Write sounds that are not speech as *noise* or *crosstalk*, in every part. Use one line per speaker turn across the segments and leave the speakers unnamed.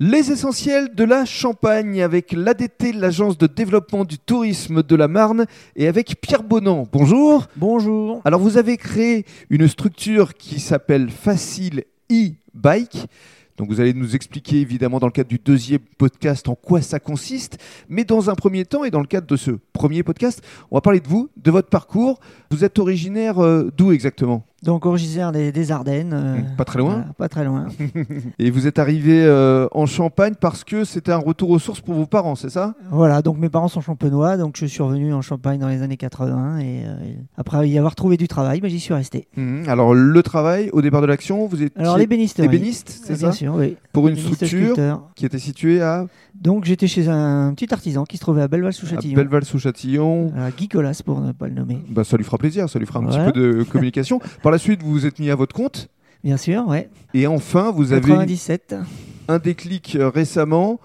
Les essentiels de la Champagne avec l'ADT, l'Agence de développement du tourisme de la Marne, et avec Pierre Bonan. Bonjour.
Bonjour.
Alors vous avez créé une structure qui s'appelle Facile e-Bike. Donc vous allez nous expliquer évidemment dans le cadre du deuxième podcast en quoi ça consiste, mais dans un premier temps et dans le cadre de ce premier podcast, on va parler de vous, de votre parcours. Vous êtes originaire euh, d'où exactement
Donc originaire des, des Ardennes. euh,
Hmm, Pas très loin.
voilà, pas très loin.
Et vous êtes arrivé euh, en Champagne parce que c'était un retour aux sources pour vos parents, c'est ça
voilà, donc mes parents sont champenois, donc je suis revenu en Champagne dans les années 80 et euh, et après y avoir trouvé du travail, bah, j'y suis resté.
Mhm. Alors le travail au départ de l'action, vous étiez
Alors l'ébénisterie.
ébéniste, c'est
bien
ça
sûr, oui.
Pour une
Ébéniste
structure
sculpteur.
qui était située à,
Donc j'étais chez un petit artisan qui se trouvait à Belleval sous
à
Châtillon.
Belleval-sous-Châtillon.
Voilà, Guy Colas pour ne pas le nommer.
Bah, ça lui fera plaisir, ça lui fera un
Ouais.
petit peu de
*laughs*
communication. Par la suite, vous vous êtes mis à votre compte.
Bien sûr, ouais.
Et enfin, vous avez
97.
un déclic euh, récemment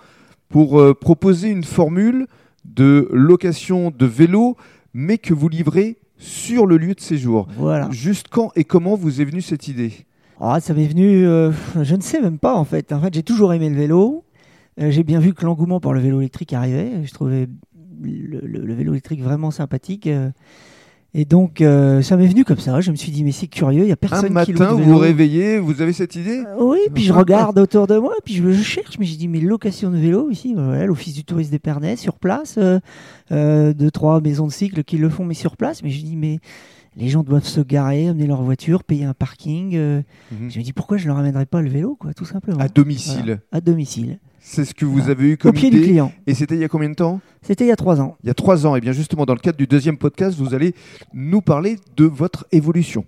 pour euh, proposer une formule de location de vélo, mais que vous livrez sur le lieu de séjour.
Voilà.
Juste quand et comment vous est venue cette idée
Ah, ça m'est venu, euh, je ne sais même pas en fait. En fait, j'ai toujours aimé le vélo. Euh, j'ai bien vu que l'engouement pour le vélo électrique arrivait. Je trouvais le, le- le vélo électrique vraiment sympathique. euh. et donc, euh, ça m'est venu comme ça. Je me suis dit, mais c'est curieux, il n'y a personne
Un
qui loue
matin,
de
vous
vélo.
vous réveillez, vous avez cette idée
Euh, Oui, puis je regarde autour de moi, puis je, je cherche, mais j'ai dit, mais location de vélo ici, ben voilà, l'office du tourisme d'Épernay, sur place, euh, euh, deux, trois maisons de cycle qui le font, mais sur place. Mais je dis, mais les gens doivent se garer, amener leur voiture, payer un parking. euh,
Mhm.
je me dis pourquoi je ne leur amènerais pas le vélo, quoi, tout simplement.
À domicile.
Voilà. À domicile.
C'est ce que vous
Voilà.
avez eu
Au
comme
pied du
idée.
client.
Et c'était il y a combien de temps
C'était il y a trois ans.
Il y a trois ans. Et bien justement, dans le cadre du deuxième podcast, vous allez nous parler de votre évolution.